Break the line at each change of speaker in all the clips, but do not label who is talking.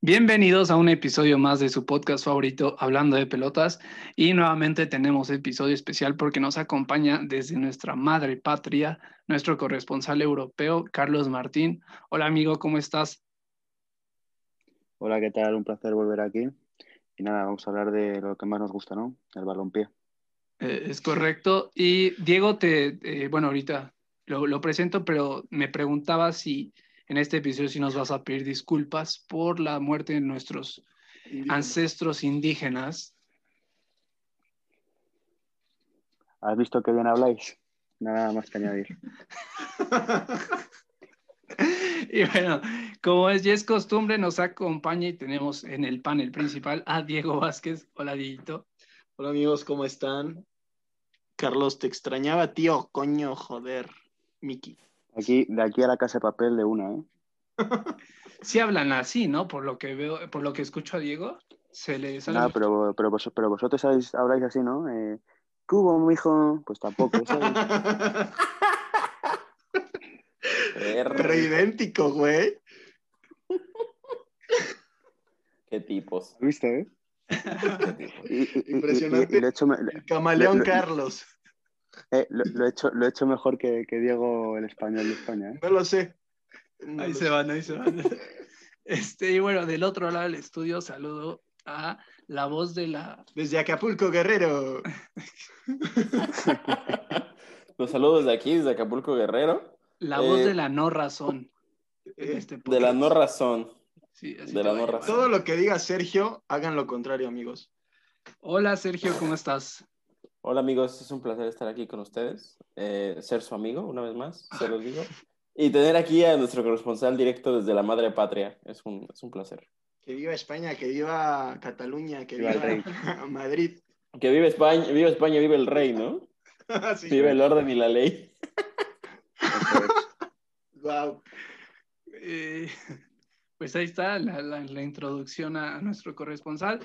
Bienvenidos a un episodio más de su podcast favorito, Hablando de Pelotas. Y nuevamente tenemos episodio especial porque nos acompaña desde nuestra madre patria nuestro corresponsal europeo, Carlos Martín. Hola amigo, ¿cómo estás?
Hola, ¿qué tal? Un placer volver aquí. Y nada, vamos a hablar de lo que más nos gusta, ¿no? El balompié.
Eh, es correcto. Y Diego, te, eh, bueno, ahorita lo, lo presento, pero me preguntaba si en este episodio sí nos vas a pedir disculpas por la muerte de nuestros ancestros indígenas.
¿Has visto que bien habláis? Nada más que añadir.
Y bueno, como es ya es costumbre, nos acompaña y tenemos en el panel principal a Diego Vázquez. Hola, Dieguito.
Hola amigos, ¿cómo están? Carlos, te extrañaba, tío, coño, joder, Miki.
Aquí, de aquí a la casa de papel de una, ¿eh?
Sí hablan así, ¿no? Por lo que veo, por lo que escucho a Diego, se le sale
Nada, pero, pero, vos- pero vosotros sabéis- habláis así, ¿no? Eh, ¿Qué hubo, mijo? Pues tampoco, ¿sabes?
Pero
Perro,
idéntico, güey.
qué tipos.
¿Viste, eh?
qué tipos.
Y- y- y- y-
Impresionante.
y lo he hecho, me-
El camaleón
Lo- lo-
Carlos.
eh, lo, lo he hecho, lo he hecho mejor que, que Diego, el español de España, ¿eh?
No lo sé. No
Ahí
lo
se
sé.
van, ahí se van. Este, y bueno, del otro lado del estudio saludo a la voz de la...
Desde Acapulco, Guerrero.
Los saludos de aquí, desde Acapulco Guerrero.
La voz
Eh,
de la no razón. en
eh,
este
De la
podcast.
no razón.
Sí, así
de
te voy
la
a
no
llamar.
razón.
Todo lo que diga Sergio, hagan lo contrario, amigos.
Hola Sergio, ¿cómo estás?
Hola amigos, es un placer estar aquí con ustedes, eh, ser su amigo una vez más, se los digo. Y tener aquí a nuestro corresponsal directo desde la madre patria, es un, es un placer.
Que viva España, que viva Cataluña, que
Viva
viva,
el
Madrid.
Que vive España, vive España, vive el rey, ¿no?
Sí.
Vive el orden y la ley.
Guau.
Eh, pues ahí está la, la- la introducción a, a nuestro corresponsal.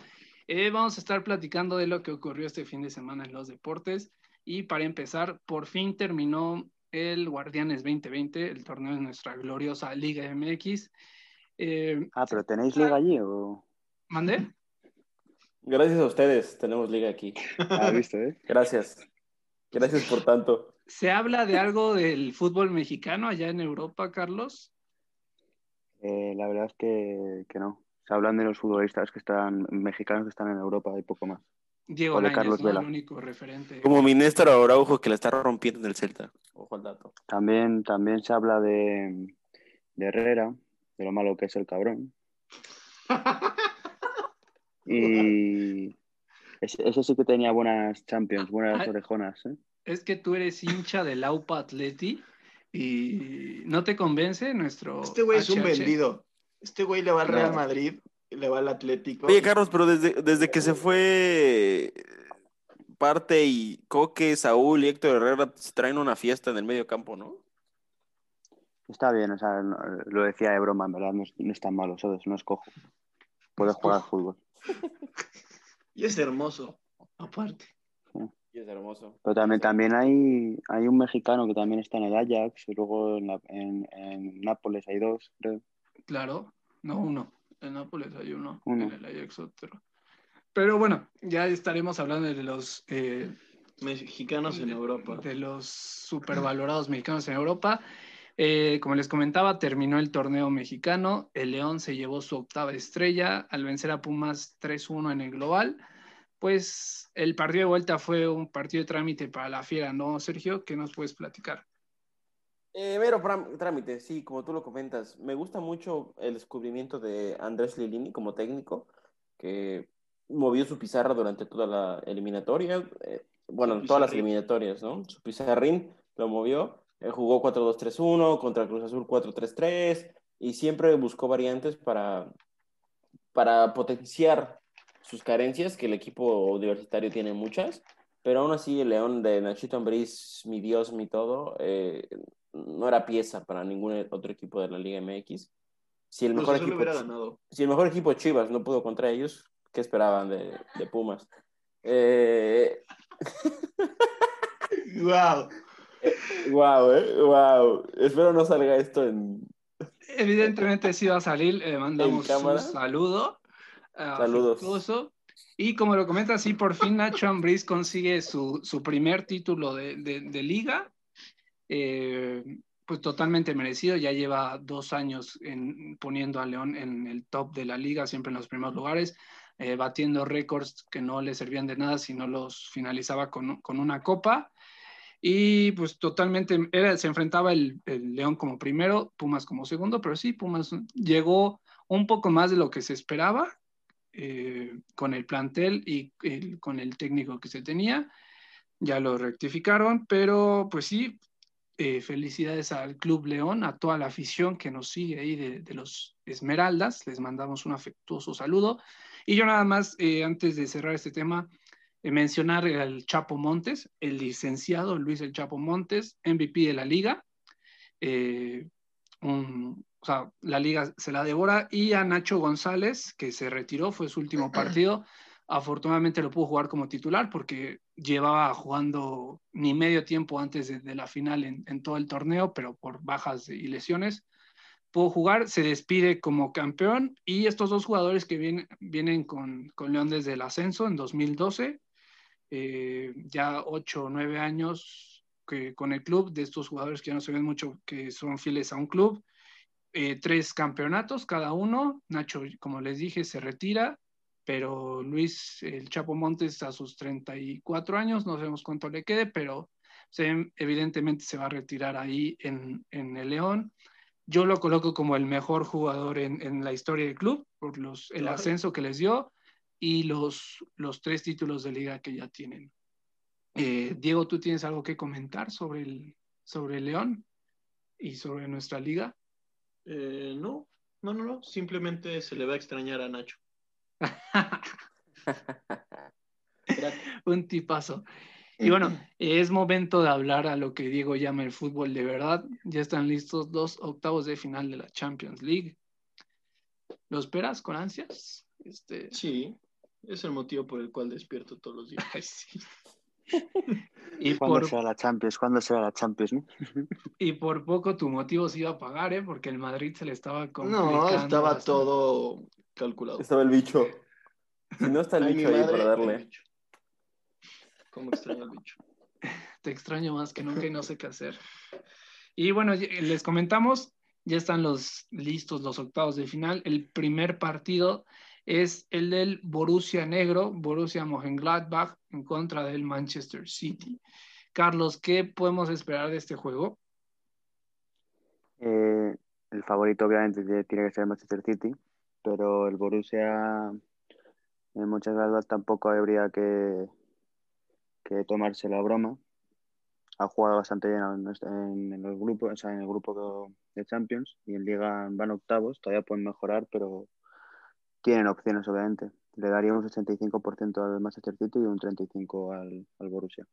Eh, vamos a estar platicando de lo que ocurrió este fin de semana en los deportes. Y para empezar, por fin terminó el Guardianes 2020, el torneo de nuestra gloriosa Liga MX. Eh,
Ah, pero ¿tenéis liga allí o...?
¿Mandé?
Gracias a ustedes, tenemos liga aquí.
Ah, ¿viste, eh?
Gracias. Gracias por tanto.
¿Se habla de algo del fútbol mexicano allá en Europa, Carlos?
Eh, la verdad es que, que no. Se hablan de los futbolistas que están, mexicanos que están en Europa y poco más.
Diego
O de
Lainez,
Carlos
¿no?
Vela.
el único referente.
Como Minestro Araujo que la está rompiendo en el Celta. Ojo al dato.
También, también se habla de, de Herrera, de lo malo que es el cabrón. Y ese, ese sí que tenía buenas champions, buenas
Ah.
orejonas. ¿eh?
Es que tú eres hincha del Aupa Atleti y no te convence nuestro.
Este güey es un
HH?
vendido. Este güey le va al Real
No.
Madrid, le va al Atlético.
Oye, Carlos, pero desde, desde que se fue eh, parte y Coque, Saúl y Héctor Herrera se traen una fiesta en el medio campo, ¿no?
Está bien, o sea, no- lo decía de broma, en verdad, no es, no es tan malo, ¿sabes? No es cojo. Puedes jugar al fútbol.
Y es hermoso.
Aparte.
Y es hermoso.
Pero también, también hay, hay un mexicano que también está en el Ajax, y luego en, la- en- en Nápoles hay dos, creo.
Claro, no uno. En Nápoles hay uno,
Uno.
en el Ajax otro. Pero bueno, ya estaremos hablando de los eh,
Mexicanos en Europa.
de los supervalorados mexicanos en Europa. Eh, como les comentaba, terminó el torneo mexicano. El León se llevó su octava estrella al vencer a Pumas 3-1 en el global. Pues el partido de vuelta fue un partido de trámite para la fiera, ¿no, Sergio? ¿Qué nos puedes platicar?
Eh, mero pram- trámite, sí, como tú lo comentas. Me gusta mucho el descubrimiento de Andrés Lilini como técnico, que movió su pizarra durante toda la eliminatoria. eh, bueno,
Su
todas las
pizarrín.
eliminatorias, ¿no? Su pizarrín lo movió. eh, jugó 4-2-3-1, contra Cruz Azul 4-3-3, y siempre buscó variantes para, para potenciar sus carencias, que el equipo universitario tiene muchas. Pero aún así, el León de Nachito Ambriz, mi Dios, mi todo, eh, no era pieza para ningún otro equipo de la Liga MX. Si el
Cruz
mejor
Azul
equipo,
hubiera ganado.
si el mejor equipo Chivas no pudo contra ellos, ¿qué esperaban de, de Pumas? Eh,
Wow.
wow, eh, wow. Espero no salga esto en,
Evidentemente sí va a salir, le mandamos
En cámara.
un saludo. ah,
Saludos.
afectuoso. Y como lo comenta, sí, por fin Nacho Ambriz consigue su, su primer título de, de- de liga. Eh, pues totalmente merecido, ya lleva dos años en, poniendo a León en el top de la liga, siempre en los primeros lugares, eh, batiendo récords que no le servían de nada si no los finalizaba con, con una copa. Y pues totalmente, era, se enfrentaba el, el León como primero, Pumas como segundo, pero sí, Pumas llegó un poco más de lo que se esperaba eh, con el plantel y el- con el técnico que se tenía. Ya lo rectificaron, pero pues sí, eh, felicidades al Club León, a toda la afición que nos sigue ahí de, de los Esmeraldas. Les mandamos un afectuoso saludo. Y yo nada más, eh, antes de cerrar este tema, eh, mencionar al Chapo Montes, el licenciado Luis El Chapo Montes, MVP de la liga. Eh, un- o sea, la liga se la devora. Y a Nacho González, que se retiró, fue su último partido. Afortunadamente lo pudo jugar como titular porque llevaba jugando ni medio tiempo antes de, de la final en, en todo el torneo, pero por bajas y lesiones. Pudo jugar, se despide como campeón y estos dos jugadores que vienen, vienen con, con León desde el ascenso en 2012, eh, ya ocho o nueve años que, con el club, de estos jugadores que ya no se ven mucho, que son fieles a un club, eh, tres campeonatos cada uno. Nacho, como les dije, se retira, pero Luis, el Chapo Montes, a sus 34 años, no sabemos cuánto le quede, pero se- evidentemente se va a retirar ahí en, en el León. Yo lo coloco como el mejor jugador en, en la historia del club por los, el
Órale.
ascenso que les dio y los, los tres títulos de liga que ya tienen. Eh, Diego, ¿tú tienes algo que comentar sobre el, sobre el León y sobre nuestra liga?
Eh, no, no, no, no. Simplemente se le va a extrañar a Nacho.
Un tipazo. Y bueno, es momento de hablar a lo que Diego llama el fútbol de verdad. Ya están listos los octavos de final de la Champions League. ¿Lo esperas con ansias? Este,
Sí, es el motivo por el cual despierto todos los días.
ay, sí. Y
¿Cuándo
por,
será la Champions? ¿Cuándo será la Champions? no?
y por poco tu motivo se iba a pagar, ¿eh? Porque el Madrid se le estaba complicando.
No, estaba
bastante.
todo calculado.
Estaba el bicho. Si no está el
Ay, mi
bicho ahí
madre, Pues
para
el
darle.
bicho. ¿Cómo extraño al bicho?
Te extraño más que nunca y no sé qué hacer. Y bueno, ya- les comentamos, ya están los listos los octavos de final. El primer partido es el del Borussia Negro, Borussia Mönchengladbach en contra del Manchester City. Carlos, ¿qué podemos esperar de este juego?
Eh, el favorito obviamente tiene tiene que ser el Manchester City, pero el Borussia en muchas gradas tampoco habría que, que tomarse la broma. Ha jugado bastante bien en, los- en- en los grupos, o sea, en el grupo de Champions y en Liga van octavos, todavía pueden mejorar, pero tienen opciones obviamente. Le daría un 65% al Manchester City y un 35% al, al Borussia.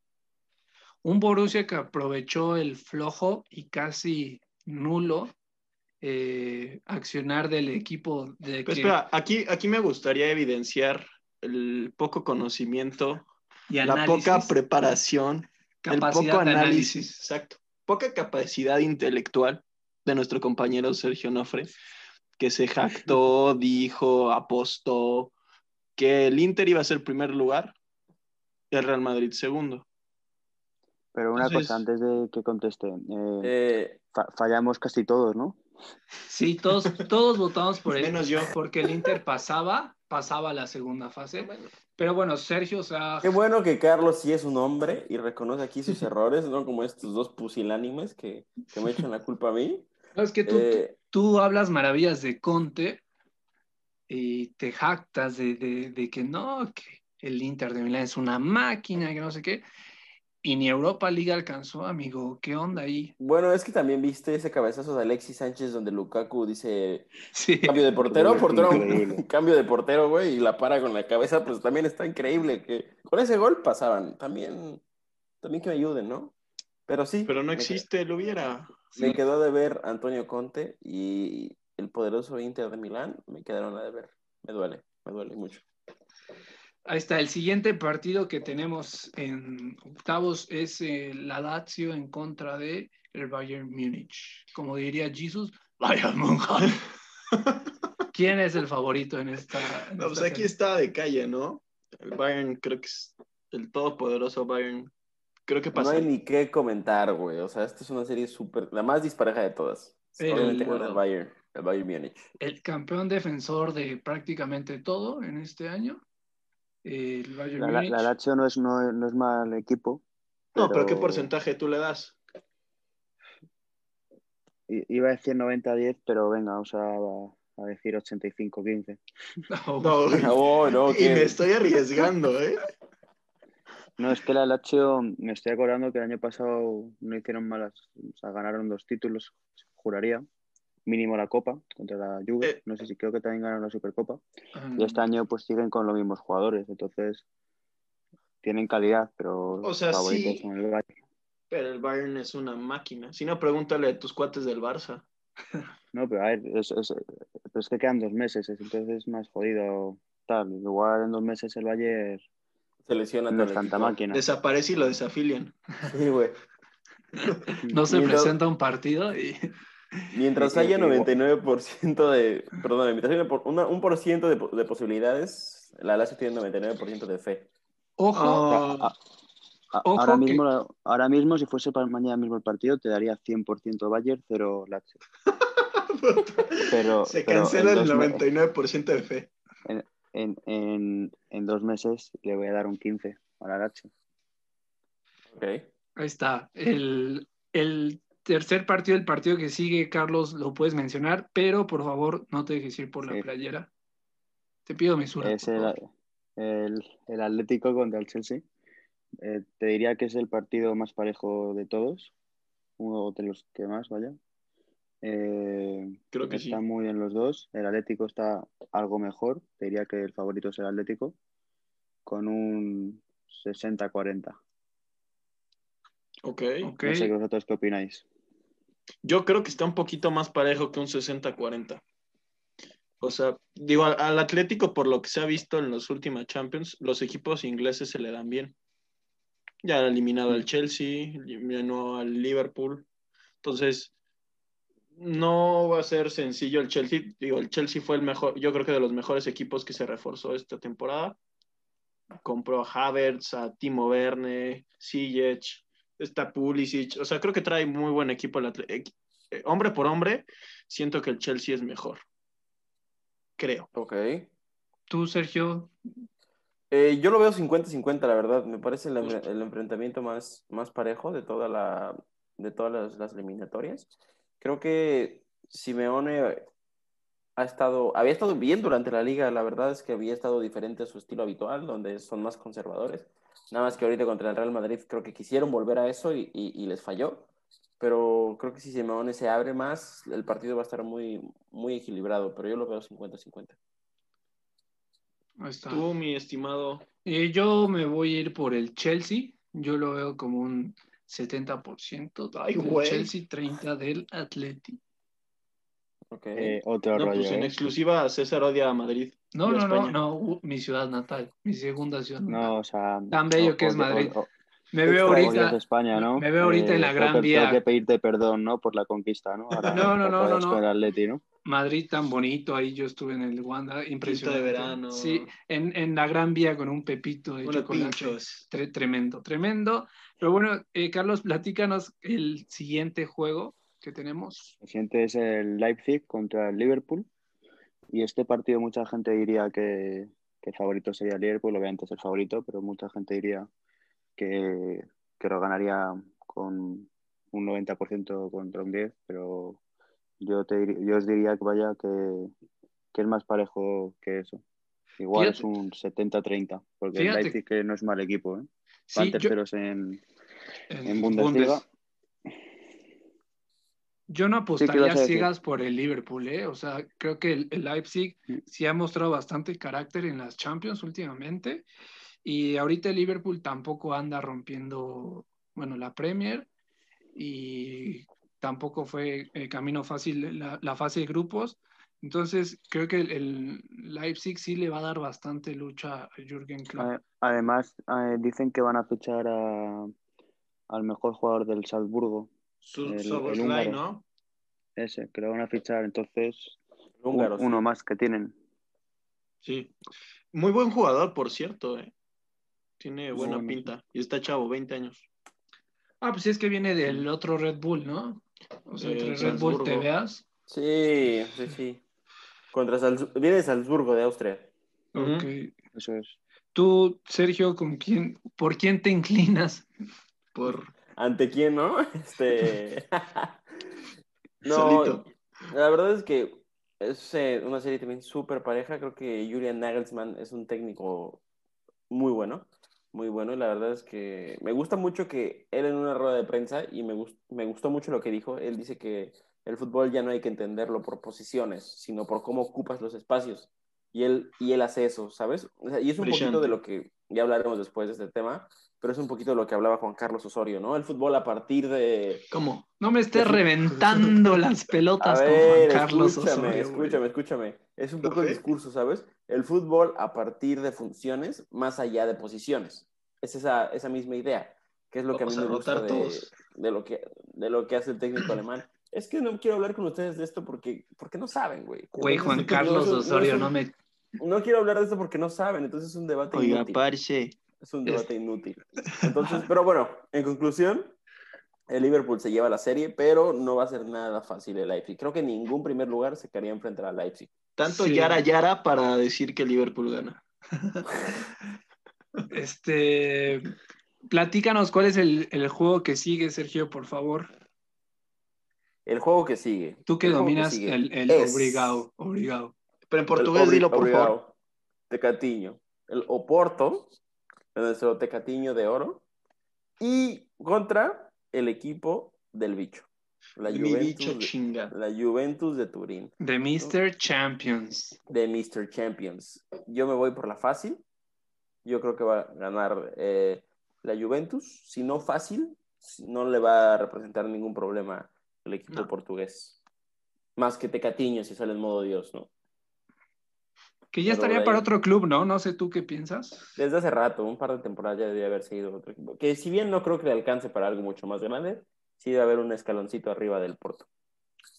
Un Borussia que aprovechó el flojo y casi nulo eh, accionar del equipo de
Pero
que
espera, aquí, aquí me gustaría evidenciar el poco conocimiento,
y
la
análisis,
poca preparación, el
capacidad
poco
de
análisis, exacto, poca capacidad intelectual de nuestro compañero Sergio Nofre, que se jactó, dijo, apostó que el Inter iba a ser primer lugar y el Real Madrid segundo.
Pero una
Entonces-
cosa, antes de que conteste, eh,
Eh,
fa- fallamos casi todos, ¿no?
Sí, todos, todos votamos por el,
Menos yo.
porque el Inter pasaba, pasaba a la segunda fase. Pero bueno, Sergio, o sea,
qué bueno que Carlos sí es un hombre y reconoce aquí sus errores, no como estos dos pusilánimes que, que me echan la culpa a mí.
no, es que tú,
Eh,
tú hablas maravillas de Conte y te jactas de, de- de que no, que el Inter de Milán es una máquina, que no sé qué. Y ni Europa League alcanzó, amigo. ¿Qué onda ahí?
bueno, es que también viste ese cabezazo de Alexis Sánchez donde Lukaku dice
Sí,
cambio de portero, portero,
Increíble.
cambio de portero, güey, y la para con la cabeza, pues también está increíble que con ese gol pasaban. También, también que me ayuden, ¿no? Pero sí.
Pero no
me quedo-
existe, lo hubiera.
Me quedó de ver Antonio Conte y el poderoso Inter de Milán. Me quedaron a deber. Me duele, me duele mucho.
Ahí está, el siguiente partido que tenemos en octavos es eh, la Lazio en contra de el Bayern Múnich. Como diría Jesus, Bayern Múnich. ¿Quién es el favorito en esta? en
No, pues
esta
aquí
serie?
está de calle, ¿no? El Bayern, creo que es el todopoderoso Bayern. Creo que
No
pasa.
hay ni qué comentar, güey. O sea, esta es una serie súper, la más dispareja de todas.
Sí,
Obviamente
el-
gana el Bayern, el Bayern Múnich.
El campeón defensor de prácticamente todo en este año. eh, El Bayern
La, la-
Múnich.
la Lazio no es, no, es- no es mal equipo.
No, pero ¿qué porcentaje tú le das?
I- Iba a decir 90-10, pero venga, vamos a, a decir 85-15.
Ah,
No,
No,
No, Oh, no,
y
¿qué?
me estoy arriesgando, ¿eh?
No, es que la Lazio, me estoy acordando que el año pasado no hicieron malas, o sea, ganaron dos títulos, juraría, mínimo la Copa contra la Juve,
Eh.
no sé si creo que también ganaron la Supercopa,
ah,
y este año pues siguen con los mismos jugadores, entonces tienen calidad, pero
O sea,
favoritos
sí.
son el Bayern.
Pero el Bayern es una máquina. Si no, pregúntale a tus cuates del Barça.
No, pero a ver, es, es- pero es que quedan dos meses, es- entonces es más jodido tal, igual en dos meses el Bayern
Se lesiona
no
todo
es
el
tanta
equipo.
máquina.
Desaparece y lo desafilian.
Sí, güey.
no se
Mira-
presenta un partido y
Mientras
Sí,
haya
sí, igual.
99% de, perdón, mientras haya por- una- un por ciento de, po- de posibilidades, la Lazio tiene 99% de fe.
ojo,
Ah,
A-
Ojo
ahora,
que-
mismo, la- ahora mismo, si fuese para mañana mismo el partido, te daría 100% Bayern, 0 Lazio. Pero,
se
pero
cancela
en
el
dos me-
99% de fe.
En, en- en dos meses le voy a dar un 15 a la Lazio.
Ok.
ahí está. El, el tercer partido, el partido que sigue, Carlos, lo puedes mencionar, pero por favor no te dejes ir por la
Sí.
playera. Te pido mesura.
Es
por
el,
favor.
el- el Atlético contra el Chelsea. Eh, te diría que es el partido más parejo de todos, uno de los que más, vaya. Eh,
Creo que sí.
Están muy bien los dos. El Atlético está algo mejor. Te diría que el favorito es el Atlético. Con un 60-40.
Ok.
Ok.
No sé qué vosotros qué opináis.
Yo creo que está un poquito más parejo que un 60-40. O sea, digo, al, al Atlético, por lo que se ha visto en los últimas Champions, los equipos ingleses se le dan bien. Ya ha eliminado al Chelsea, eliminó al Liverpool. Entonces, no va a ser sencillo el Chelsea. Digo, el Chelsea fue el mejor, yo creo que de los mejores equipos que se reforzó esta temporada. Compró a Havertz, a Timo Werner, Ziyech, está Pulisic. O sea, creo que trae muy buen equipo el Atle- eh, eh, Hombre por hombre, siento que el Chelsea es mejor. Creo.
Ok.
Tú, Sergio,
Eh, yo lo veo 50-50, la verdad. Me parece el,
Justo.
el enfrentamiento más, más parejo de, toda la, de todas las, las eliminatorias. Creo que Simeone ha estado, había estado bien durante la liga. La verdad es que había estado diferente a su estilo habitual, donde son más conservadores. Nada más que ahorita contra el Real Madrid creo que quisieron volver a eso y, y- y les falló. Pero creo que si Simeone se abre más, el partido va a estar muy, muy equilibrado. Pero yo lo veo 50-50.
ahí está.
Tú, mi estimado.
Eh, yo me voy a ir por el Chelsea. Yo lo veo como un 70%
Ay,
del
güey.
Chelsea, 30% del Atleti.
Ok.
Eh, otro
No,
rollo.
pues en
¿eh?
exclusiva César odia a Madrid.
No, no,
De
no,
España.
no, uh, mi ciudad natal, mi segunda ciudad natal.
No, o sea,
Tan bello
o-
que es
o-
Madrid.
o- o-
me veo
extra,
odias
ahorita.
de España, ¿no? Eh,
me veo ahorita en la Gran
tengo que-
Vía.
Tengo que pedirte perdón, ¿no? Por la conquista, ¿no? Ahora,
No, no, no,
otra
no,
vez
no.
con el Atleti, ¿no?
Madrid tan bonito, ahí yo estuve en el Wanda, impresionante.
verano.
Sí, en, en la Gran Vía con un pepito de
Bueno,
chocolate.
pinchos.
Tre- tremendo, tremendo. Pero bueno, eh, Carlos, platícanos el siguiente juego que tenemos.
El siguiente es el Leipzig contra el Liverpool. Y este partido mucha gente diría que, que el favorito sería el Liverpool, obviamente es el favorito, pero mucha gente diría que, que lo ganaría con un 90% contra un 10%, pero yo, te, dir- yo os diría que vaya que, que es más parejo que eso. Igual
Fíjate-
es un 70-30, porque el
Fíjate-
Leipzig que no es mal equipo, ¿eh?
Sí,
Van
yo-
terceros en,
en
en Bundesliga.
Bundes. Yo no
¿qué ibas a
apostaría
decir?
ciegas por el Liverpool, ¿eh? O sea, creo que el, el Leipzig
Sí.
sí ha mostrado bastante carácter en las Champions últimamente. Y ahorita el Liverpool tampoco anda rompiendo, bueno, la Premier. Y tampoco fue eh, camino fácil la, la fase de grupos. Entonces, creo que el, el Leipzig sí le va a dar bastante lucha a Jürgen Klopp.
Eh, Además, eh, dicen que van a fichar a- al mejor jugador del Salzburgo,
Su,
El- el
Szoboszlai,
húngaro.
¿no?
ese, que lo van a fichar. Entonces, un-
Húngaro, sí.
uno más que tienen.
Sí. Muy buen jugador, por cierto. eh. Tiene buena
bueno.
pinta. Y está chavo, 20 años.
Ah, pues sí, es que viene del otro Red Bull, ¿no? O sea,
Eh,
entre Red Bull
Salzburgo.
te veas.
Sí, sí, sí. Contra Salz- Viene de Salzburgo, de Austria.
Ujú.
Ok.
Eso es.
Tú, Sergio, ¿con quién, ¿por quién te inclinas?
Por
¿Ante quién, no? Este. no,
solito.
la verdad es que es eh, una serie también súper pareja. Creo que Julian Nagelsmann es un técnico muy bueno. Muy bueno. Y la verdad es que me gusta mucho que él en una rueda de prensa, y me, gus- me gustó mucho lo que dijo, él dice que el fútbol ya no hay que entenderlo por posiciones, sino por cómo ocupas los espacios. Y él, y él hace eso, ¿sabes? O sea, y es un
Brillante.
poquito de lo que ya hablaremos después de este tema, pero es un poquito de lo que hablaba Juan Carlos Osorio, ¿no? El fútbol a partir de...
¿Cómo?
No me estés reventando las
A
pelotas
ver,
con Juan Carlos
escúchame,
Osorio, güey.
escúchame, escúchame. Es un poco el
Profe.
discurso, ¿sabes? El fútbol a partir de funciones más allá de posiciones. Es esa, esa misma idea, que es lo que a mí
Vamos a
me gusta
rotar
de,
todos.
de lo que, de lo que hace el técnico alemán. Es que no quiero hablar con ustedes de esto porque, porque no saben, güey.
Güey,
Entonces,
Juan
es que no
Carlos
es un- no es
Osorio,
un-
no me...
No quiero hablar de esto porque no saben, entonces es un debate
Oiga,
inútil.
parce.
Es un debate inútil. Entonces, pero bueno, en conclusión, el Liverpool se lleva la serie, pero no va a ser nada fácil el Leipzig. Creo que en ningún primer lugar se quería enfrentar al Leipzig.
Tanto
Sí.
Yara Yara para decir que Liverpool gana.
Este, platícanos cuál es el, el juego que sigue, Sergio, por favor.
El juego que sigue.
Tú que
El juego
dominas
sigue
el, el
es
obrigado, obrigado.
Pero en
el
portugués
Obri-
dilo, por
Obrigado
favor.
de Catiño. El Oporto, de nuestro Tecatiño de Oro. Y contra el equipo del bicho. La
Mi bicho
Juventus, de,
chinga.
la Juventus de Turín.
The Mr. Champions.
de Mr. Champions. Yo me voy por la fácil. Yo creo que va a ganar eh, la Juventus. Si no fácil, si- no le va a representar ningún problema el equipo
No.
portugués. Más que Tecatiño si sale en modo Dios, ¿no?
Que ya
Pero de
estaría
ahí-
para otro club, ¿no? No sé tú qué piensas.
Desde hace rato, un par de temporadas ya debería haber seguido otro equipo. Que si bien no creo que le alcance para algo mucho más grande, sí debe haber un escaloncito arriba del Porto.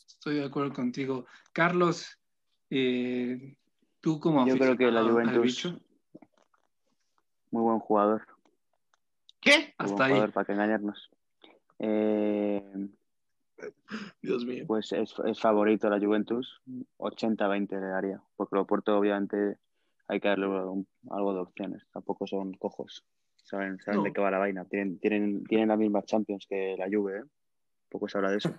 Estoy de acuerdo contigo. Carlos, eh, tú como
Yo creo que la
aficionado al
Juventus-
bicho,
Muy buen jugador.
¿Qué?
Muy
hasta
buen
ahí.
jugador, para que engañarnos. Eh,
Dios mío.
Pues es, es favorito la Juventus, 80-20 le daría, porque lo Porto obviamente hay que darle un- algo de opciones, tampoco son cojos, saben, saben
No.
de qué va la vaina, tienen, tienen, tienen las mismas Champions que la Juve, ¿eh? poco se habla de eso.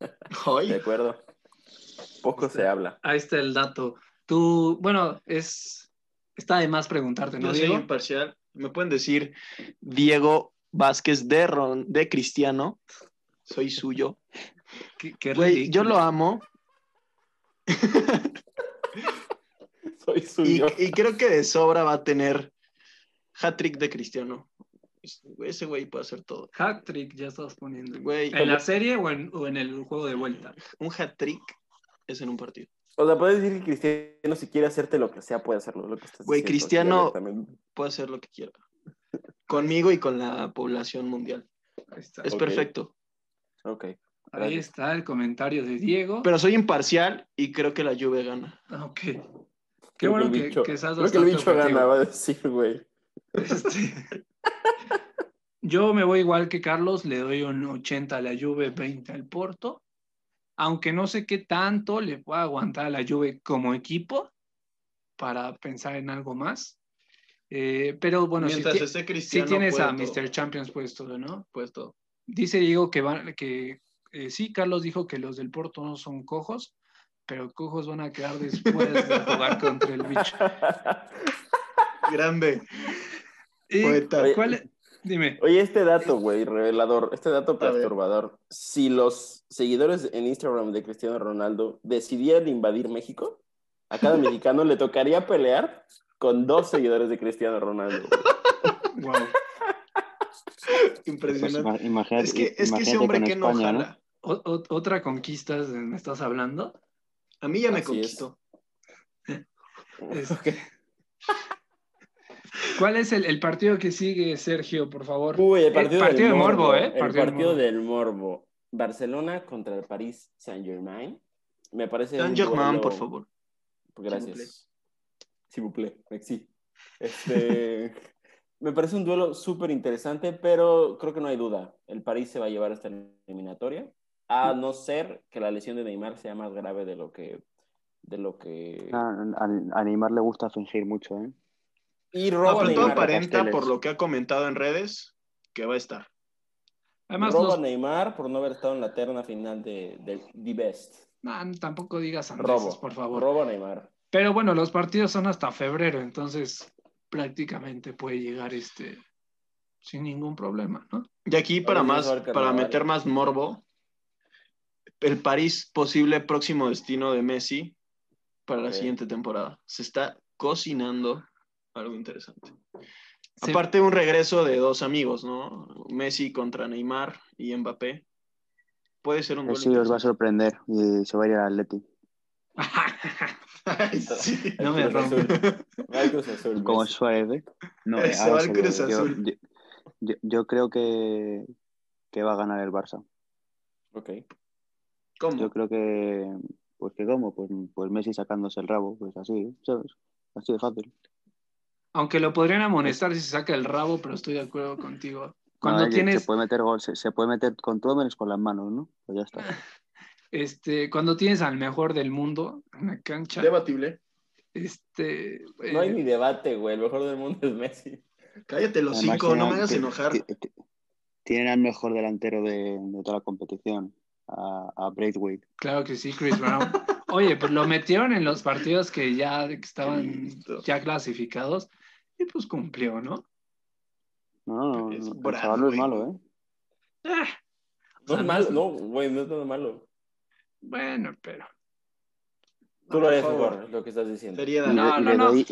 ¿De
Ay,
acuerdo? Este, Poco se habla.
Ahí está el dato. Tú, bueno, es está de más preguntarte, ¿no,
yo soy
Diego?
imparcial. Me pueden decir Diego Vázquez de, Ron- de Cristiano. Soy suyo.
Qué- qué
Güey, yo
ridículo.
lo amo
Soy
y,
suyo.
y creo que de sobra va a tener hat-trick de Cristiano. Es- Ese güey puede hacer todo.
Hat trick ya estás poniendo.
Güey,
¿En la serie o en, o en el juego de vuelta?
un hat-trick es en un partido.
O sea, puedes decir que Cristiano, si quiere hacerte lo que sea, puede hacerlo. Lo que estás
Güey,
diciendo
Cristiano-
aquí abiertamente.
Puede hacer lo que quiera. Conmigo y con la población mundial.
Ahí está.
Es
Ok.
perfecto.
Ok.
Ahí está el comentario de Diego.
Pero soy imparcial y creo que la Juve gana.
ok. Qué
Creo
bueno
el
que,
bicho-
que estás
Creo que el
bastante
bicho
objetivo.
gana, va a decir, güey.
Este, Yo me voy igual que Carlos, le doy un 80 a la Juve, 20 al Porto. Aunque no sé qué tanto le pueda aguantar a la Juve como equipo para pensar en algo más. Eh, pero bueno, si,
Mientras
ti-
esté
si
Cristiano.
tienes
puede
a
todo.
Mr. Champions puesto, ¿no?
Puede todo.
Dice Diego que van, que eh, sí, Carlos dijo que los del Porto no son cojos, pero cojos van a quedar después de jugar contra el bicho.
Grande.
Y,
Poeta.
Oye,
¿cuál- Dime,
Oye, este dato, güey, revelador, este dato
ver.
perturbador. Si los seguidores en Instagram de Cristiano Ronaldo decidieran invadir México, a cada mexicano le tocaría pelear con dos seguidores de Cristiano Ronaldo. güey.
wow.
Pues
Impresionante.
ima- imagínate,
Es que, es que
imagínate
ese hombre
con
que no
España,
jala.
O- o- otra conquista, ¿me estás hablando?
A mí ya me
Así
conquistó.
Es-
Ok.
¿Cuál es el, el partido que sigue, Sergio, por favor?
Uy,
Eh,
el partido,
partido
del
de
morbo,
morbo, ¿eh?
El
Partido
partido,
de morbo.
del morbo. Barcelona contra el París Saint-Germain. Me parece.
Dan
un
Germán,
duelo-
por favor.
Gracias. Si buple, eh, sí. Este, me parece un duelo súper interesante, pero creo que no hay duda. El París se va a llevar esta eliminatoria, a no ser que la lesión de Neymar sea más grave de lo que. De lo que...
Ah.
A, a- a Neymar le gusta fingir mucho, ¿eh?
Y
No,
roba
Ah, pero todo
Neymar.
aparenta,
pasteles.
por lo que ha comentado en redes, que va a estar.
Además,
roba
nos-
Neymar por no haber estado en la terna final de, del The Best.
Ah, tampoco digas sandeces,
Robo.
por favor.
Robo Neymar.
Pero bueno, los partidos son hasta febrero, entonces prácticamente puede llegar este sin ningún problema, ¿no?
Y aquí
Ahora
para
sí
más,
se va el
para
carnaval.
meter más morbo, el París posible próximo destino de Messi para la
Ok.
siguiente temporada. Se está cocinando algo interesante.
Se-
Aparte un regreso de dos amigos, ¿no? Messi contra Neymar y Mbappé. Puede ser
Pues
un gol
Messi os va a
interesante.
sorprender y se va a ir al Atleti.
Ay, sí.
No me
Cruz
rompe.
Azul. Va el Cruz Azul,
Como
Messi.
Suárez, ¿eh? No,
Ese
ahora
va al
serio,
Cruz
yo-
Azul.
Yo, yo- yo creo que, que va a ganar el Barça.
Ok.
¿Cómo?
Yo creo que. Pues que cómo, pues, pues Messi sacándose el rabo, pues así, ¿sabes? Así de fácil.
Aunque lo podrían amonestar si se saca el rabo, pero estoy de acuerdo contigo. Cuando
Nada, que
tienes
se puede meter gol, se, se puede meter con todo menos con las manos, ¿no? Pues ya está.
este cuando tienes al mejor del mundo en la cancha,
Debatible.
este
No hay
eh,
ni debate, güey. El mejor del mundo es Messi.
Cállate los
Además,
cinco, no
tienen-
me hagas
ti-
enojar.
ti- ti- Tienen al mejor delantero de, de toda la competición, a, a Braithwaite.
claro que sí, Chris Brown. Oye, pues lo metieron en los partidos que ya estaban
Listo.
ya clasificados y pues cumplió, ¿no?
No, no, no,
Es
el
Braithwaite.
chaval no es malo, ¿eh?
Ah, O sea,
No es
no es-
malo, no, güey, no es nada malo.
bueno, pero
Tú lo harías
Por favor.
mejor, es lo que estás diciendo.
Seriedad.
Y
No,
le, y
no,
le
no.
Doy,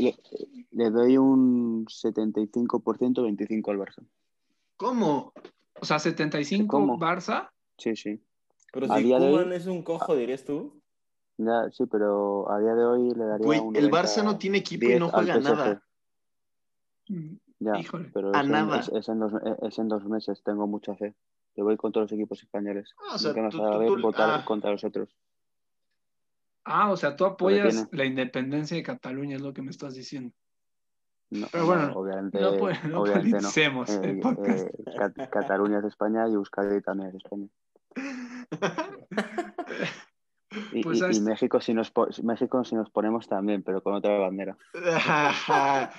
le, le doy un 75%, 25% al Barça.
¿Cómo?
o sea, 75
¿Cómo?
Barça
Sí, sí.
Pero
A
si
día de hoy-
Koeman es un cojo, dirías tú.
Ya, sí, pero a día de hoy le daría
Güey,
un
el Barça
90,
no tiene equipo y
10
no
al
juega
PSG.
nada.
mm,
Ya,
Híjole.
pero
A
es en,
nada.
Es, es en dos, es en dos meses, tengo mucha fe. Le voy con todos los equipos españoles.
Ah, o sea,
Lo que más
tú-
hará
tú-
ver
tú-
votar
ah.
contra los otros.
Ah, o sea, tú apoyas
tiene.
la independencia de Cataluña, es lo que me estás diciendo.
No,
Pero bueno,
no, obviamente
no, po- no
obviamente no.
politicemos el
Eh,
podcast.
eh, Cat- Cataluña es España y Euskadi también es España. Y,
Pues
y- y
hasta-
este-
México, si nos po- México si nos ponemos también, pero con otra bandera.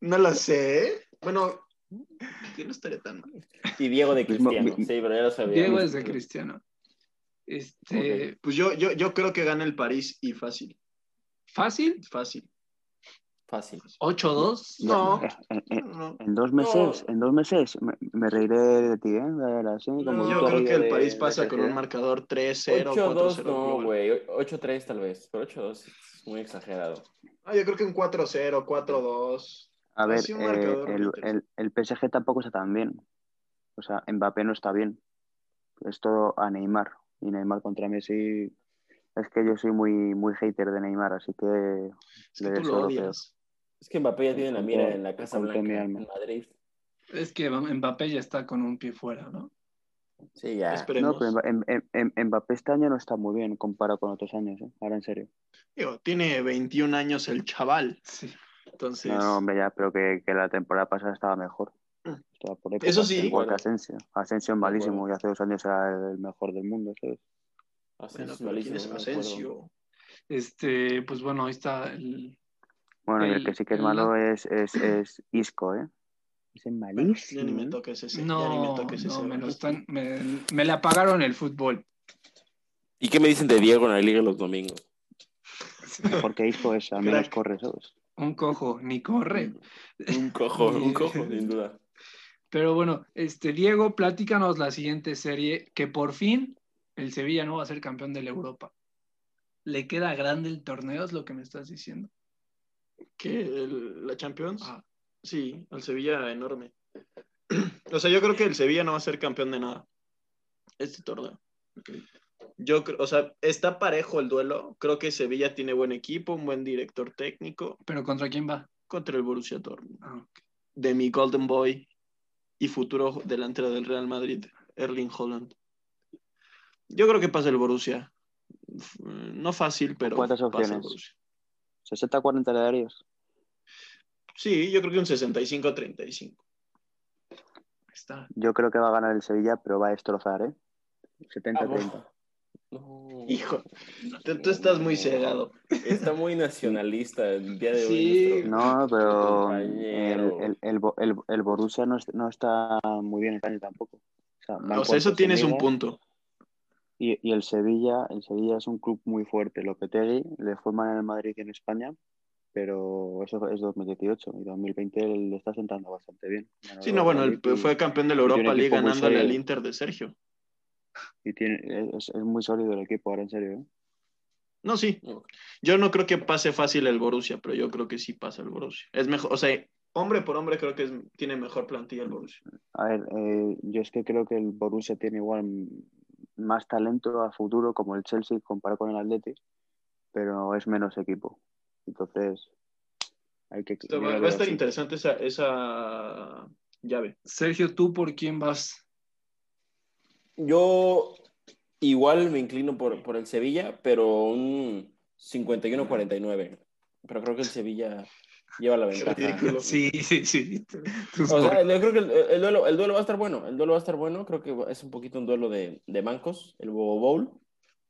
no lo sé. ¿eh? Bueno, yo no estaré tan mal.
Y Diego de
Pues mo-
Cristiano.
mi-
Sí, pero ya lo sabía.
Diego es de Cristiano. Este,
Pues yo, yo, yo creo que gana el París y fácil.
fácil,
Fácil.
Fácil.
8-2.
No,
En, en-
no.
en dos meses, en dos meses me, me reiré de ti, ¿eh? De verdad, sí, como
No,
un
Yo
Torre
creo que el
de-
París
de
pasa con un
felicidad.
marcador 3-0, 4-0.
8-2, no,
global.
güey. 8-3 tal vez. Pero 8-2 es muy exagerado.
Ah, yo creo que un 4-0, 4-2.
A ver,
Así un
eh,
marcador
el,
interesante.
el, el PSG tampoco está tan bien. O sea, Mbappé no está bien. Es todo a Neymar. Y Neymar contra Messi. Es que yo soy muy, muy hater de Neymar, así que
Es que
le
tú
deseo
lo
lo peor.
odias.
Es que Mbappé ya tiene la
Con
mira
todo-
en la Casa
con todo mi
Blanca,
alma.
en Madrid.
Es que Mbappé ya está con un pie fuera, ¿no?
Sí, ya.
Esperemos.
No, pero Mba- em- em- em- Mbappé este año no está muy bien comparado con otros años, ¿eh? Ahora en serio.
Digo, tiene 21 años el chaval.
Sí.
Entonces,
No, no, hombre, ya, pero que, que la temporada pasada estaba mejor. Estaba por
Mm. Eso
épocas,
sí.
Igual que Asensio. Asensio es
De acuerdo.
malísimo y hace dos años era el mejor del mundo, ¿sabes?
Asensio
bueno,
es
pero ¿quién
malísimo,
es
no me
Asensio?
acuerdo.
Este, pues bueno, ahí está el.
Bueno, y
El-
el que sí que es
el
malo es, es,
Mm.
es Isco, ¿eh? Ese Es
Bueno,
malísimo.
ya ni me
¿eh?
toques ese. ya ni me
No,
toques ese.
no, me lo están. Me, me le apagaron el fútbol.
¿Y qué me dicen de Diego en la Liga los domingos?
Mejor que ¿eh? Isco es, al menos
Crack.
corre, ¿sabes?
Un cojo, ni corre.
Un cojo, un cojo, sin duda.
Pero bueno, este, Diego, platícanos la siguiente serie, que por fin el Sevilla no va a ser campeón de la Europa. Le queda grande el torneo, es lo que me estás diciendo.
¿Qué? ¿El- ¿La Champions?
Ah.
Sí, el Sevilla enorme. O sea, yo creo que el Sevilla no va a ser campeón de nada. Este torneo. Yo, cre- o sea, está parejo el duelo. Creo que Sevilla tiene buen equipo, un buen director técnico
¿Pero contra quién va?
contra el Borussia Dortmund.
Ah, ok.
De mi Golden Boy y futuro delantero del Real Madrid, Erling Holland. Yo creo que pasa el Borussia. F- No fácil, pero
¿Cuántas
pasa el
opciones?
Borussia.
60-40 le darías.
Sí, yo creo que un 65-35.
Ahí está.
Yo creo que va a ganar el Sevilla, pero va a destrozar, ¿eh?
Ah,
70-30.
No.
Hijo, tú, tú estás muy cegado.
Está muy nacionalista el día de hoy.
Sí.
nuestro-
No, pero el,
Compañero.
el, el, Bo- el- el Borussia no, es- no está muy bien este año tampoco. O sea, van
O sea, eso
cuartos en
tienes un
Liga
punto.
Y, y el Sevilla, el Sevilla es un club muy fuerte. Lopetegui le fue mal en el Madrid y en España, pero eso es 2018 y 2020 le está sentando bastante bien. Ganó
Sí,
el
no, bueno, el-
Madrid y-
fue campeón de la
y tiene
Europa League
equipo muy
ganándole al
sólido.
Inter de Sergio.
y tiene, es, es muy sólido el equipo ahora, en serio. ¿eh?
No, sí.
Ok.
Yo no creo que pase fácil el Borussia, pero yo creo que sí pasa el Borussia. Es mejor, o sea, hombre por hombre creo que es- tiene mejor plantilla el Borussia.
A ver, eh, yo es que creo que el Borussia tiene igual m- más talento a futuro como el Chelsea comparado con el Atleti, pero es menos equipo. Entonces, hay que...
Esto
yo
va,
lo
va
veo
a estar
así.
interesante esa, esa llave.
Sergio, ¿tú por quién vas?
Yo igual me inclino por, por el Sevilla, pero un 51-49. Pero creo que el Sevilla lleva la ventaja.
ridículo.
Sí, sí, sí. Tus
O
por-
sea, yo creo que el, el duelo, el duelo va a estar bueno. El duelo va a estar bueno. Creo que es un poquito un duelo de, de mancos, el Bobo Bowl.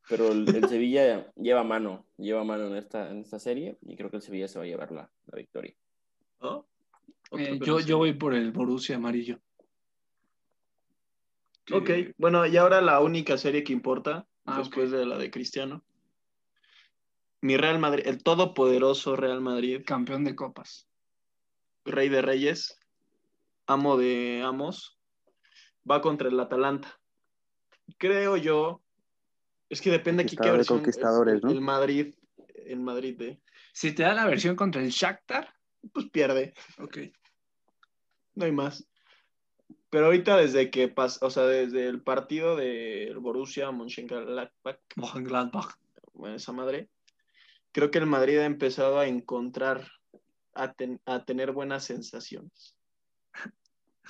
Pero el, el Sevilla lleva mano, lleva mano en esta, en esta serie y creo que el Sevilla se va a llevar la, la victoria.
¿no? pues Otro
Eh, yo,
penal.
yo voy por el Borussia amarillo.
Ok,
Que-
bueno, y ahora la única serie que importa,
Ah,
después de la de Cristiano. Mi Real Madrid, el todopoderoso Real Madrid,
Campeón de copas.
rey de reyes, amo de amos, va contra el Atalanta. Creo yo, es que depende aquí qué
Conquistador de
versión
conquistadores,
es el,
¿no?
el Madrid, en Madrid, de,
Si te da la versión contra el Shakhtar,
pues pierde,
ok.
no hay más. Pero ahorita desde que pas- o sea, desde el partido del Borussia Mönchengladbach,
Mönchengladbach.
bueno, esa madre, creo que el Madrid ha empezado a encontrar, a, ten- a tener buenas sensaciones.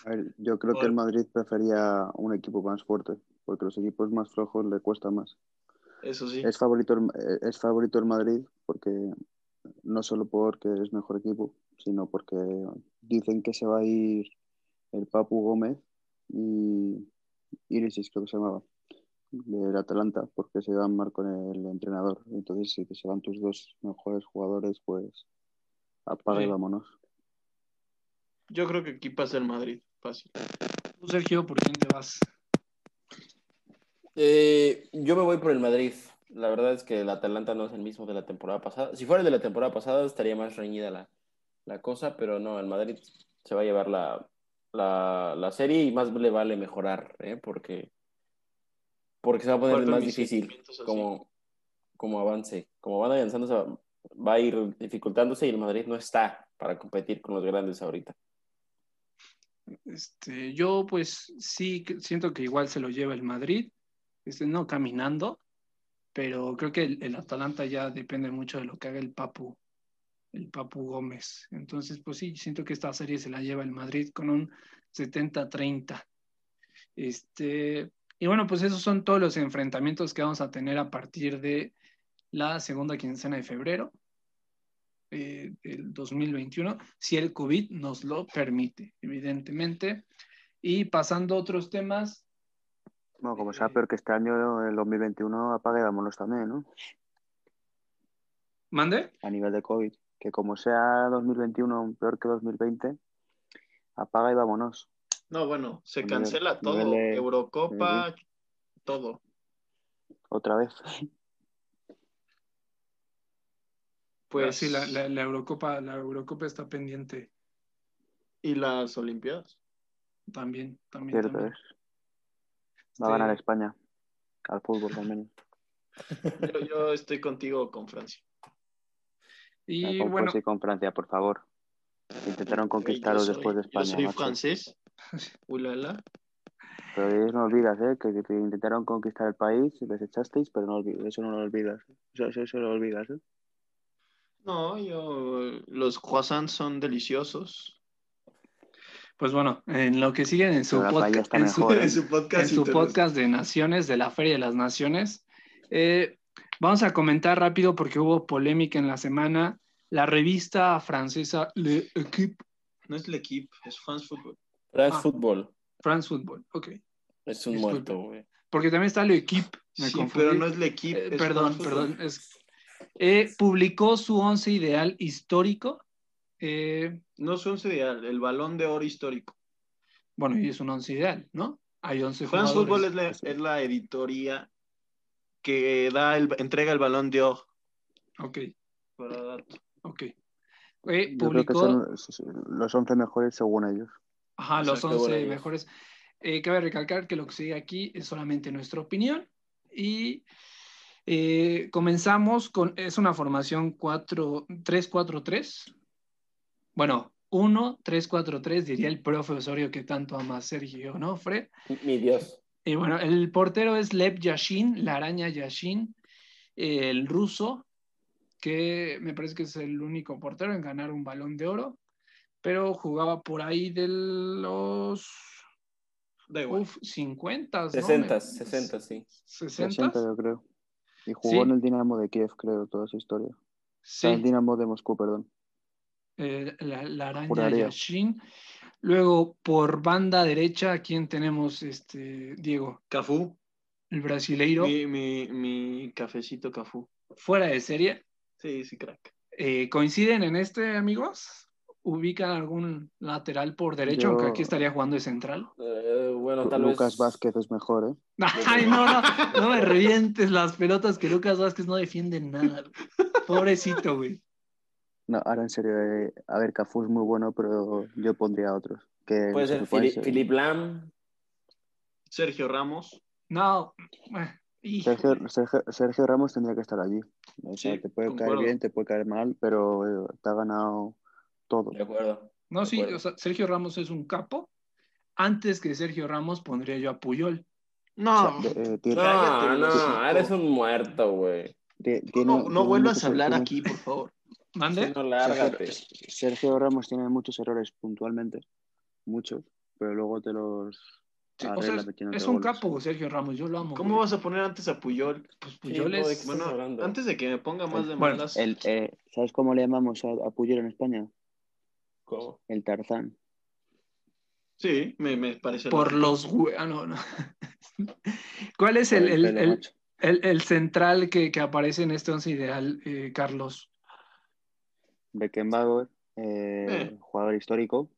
A ver, yo creo que el Madrid prefería un equipo más fuerte, porque los equipos más flojos le cuesta más.
Eso sí.
Es favorito el, eh, es favorito el Madrid porque no solo porque es mejor equipo, sino porque dicen que se va a ir el Papu Gómez y Irisis, creo que se llamaba, del Atalanta, porque se van mal con el entrenador. Entonces, si te se van tus dos mejores jugadores, pues apaga y
Sí.
vámonos.
Yo creo que aquí pasa el Madrid, fácil.
Tú, Sergio, ¿por quién te vas?
Eh, yo me voy por el Madrid. La verdad es que el Atalanta no es el mismo de la temporada pasada. Si fuera el de la temporada pasada, estaría más reñida la, la cosa, pero no, el Madrid se va a llevar la, la, la serie y más le vale mejorar, ¿eh? porque, porque se va a poner
Aparte,
más
mis
difícil
sentimientos así.
como, como avance. Como van avanzando, se va, va a ir dificultándose y el Madrid no está para competir con los grandes ahorita.
Este, yo pues sí que- siento que igual se lo lleva el Madrid, este, no caminando, pero creo que el, el Atalanta ya depende mucho de lo que haga el Papu, el Papu Gómez. Entonces, pues sí, siento que esta serie se la lleva el Madrid con un 70-30. Este, y bueno, pues esos son todos los enfrentamientos que vamos a tener a partir de la segunda quincena de febrero eh, del 2021, si el COVID nos lo permite, evidentemente. Y pasando a otros temas,
Bueno, como
Eh,
sea peor que este año, el 2021 apaga y vámonos también, ¿no?
mande.
a nivel de COVID, que como sea 2021 peor que 2020, apaga y vámonos.
No, bueno, se
Nivel-
cancela todo.
nivel de-
Eurocopa, todo.
Otra vez.
Pues
Pues
sí, la, la- la Eurocopa, la Eurocopa está pendiente
Y las Olimpiadas.
también, también.
Cierto
también.
es. Va a ganar
Este,
España. Al fútbol también.
Yo, yo estoy contigo con Francia.
Y
con
bueno,
Francia y con Francia, por favor. Intentaron
Yo
conquistaros
soy-
después de España.
Yo soy
macho.
francés. Ulala.
Pero de ellos no olvidas, ¿eh? Que, que intentaron conquistar el país, les echasteis, pero no olvidas, eso no lo olvidas. Eso, eso, eso lo olvidas, ¿eh?
No, yo. Los croissants son deliciosos.
Pues bueno, en lo que sigue en su,
Pero la paella
podcast,
está
en su-
mejor, ¿eh?
en su- en
podcast.
su podcast de Naciones, de la Feria de las Naciones, eh, vamos a comentar rápido porque hubo polémica en la semana. La revista francesa Le Equipe
No es L'Equipe, es France Football.
Pero es
Ah.
fútbol.
France Football, ok.
Es un
Disculpe.
muerto, güey.
Porque también está Le Equipe, me
sí,
confundí.
pero no es L'Equipe.
Eh,
es
perdón,
France Football.
perdón. es- eh, publicó su once ideal histórico. eh,
No es un ideal, el balón de oro histórico.
bueno, y es un once ideal, ¿no? Hay once jugadores.
France Football es la, es la editoría que da el, entrega el balón de oro.
Ok,
Para dato.
ok. Eh,
Yo creo que
publicó...
son los- los 11 mejores según ellos.
Ajá, los
Exacto,
11
bueno, amigos.
mejores. Eh, cabe recalcar que lo que sigue aquí es solamente nuestra opinión. Y eh, comenzamos con, es una formación 4, 3-4-3. Bueno, 1-3-4-3, diría el profe Osorio que tanto ama a Sergio Onofre.
Mi Dios.
Y Eh, bueno, el portero es Lev Yashin, la araña Yashin, eh, el ruso, que me parece que es el único portero en ganar un balón de oro, pero jugaba por ahí de los
Da igual.
uf, 50, Pues ¿no?
60,
Me-
60, sí.
60.
60, yo creo. Y jugó
Sí.
en el Dinamo de Kiev, creo, toda su historia.
Sí,
En el Dinamo de Moscú, perdón.
eh, la, la araña
Juraría.
Yashin. Luego, por banda derecha, ¿a quién tenemos, este, Diego?
Cafú.
El brasileiro,
Mi, mi, mi cafecito Cafú.
fuera de serie.
Sí, sí, crack.
Eh, ¿Coinciden en este, amigos? ¿Ubican algún lateral por derecho?
Yo-
Aunque aquí estaría jugando de central.
Eh, bueno, tal
Lucas
vez.
Vázquez es mejor, ¿eh?
Ay, no, no, no me revientes las pelotas que Lucas Vázquez no defiende nada. güey. Pobrecito, güey.
No, ahora en serio, eh, a ver, Cafú es muy bueno, pero yo pondría a otros. Que
Puede
no sé
ser
si pueden
Fili- Philip Lam.
Sergio Ramos.
No. eh, hijo.
Sergio, Sergio, Sergio Ramos tendría que estar allí. O sea,
Sí,
te puede
concuerdo.
caer bien, te puede caer mal, pero eh, te ha ganado todo.
De acuerdo.
No, sí,
de acuerdo.
o sea, Sergio Ramos es un capo. Antes que Sergio Ramos pondría yo a Puyol.
No.
O sea, de- eh,
No,
tiene-
Cállate,
no,
hocico.
eres un muerto, güey.
tie- tiene-
No,
tiene
no vuelvas
muchos-
a hablar
tiene-
aquí, por favor.
¿Mande? pues,
Sí, No, lárgate.
Sergio Ramos tiene muchos errores puntualmente, muchos, pero luego te los
Sí, o sea,
arregla
es,
metiéndote
es un
goles.
capo Sergio Ramos, yo lo amo.
¿Cómo
güey.
vas a poner antes a Puyol?
Pues
Sí,
Puyol
no,
es-
de que-
Bueno,
estás hablando?
antes de que me ponga más de
Bueno,
malas.
El, eh, ¿Sabes cómo le llamamos a, a Puyol en España?
¿Cómo?
El Tarzán.
Sí, me, me parece.
por
lógico.
los... hue- ah, no, no. ¿Cuál es el- el-
Pelo,
el,
macho.
El, el central que, que aparece en este once ideal, eh, Carlos.
Beckenbauer, eh,
Eh.
jugador histórico.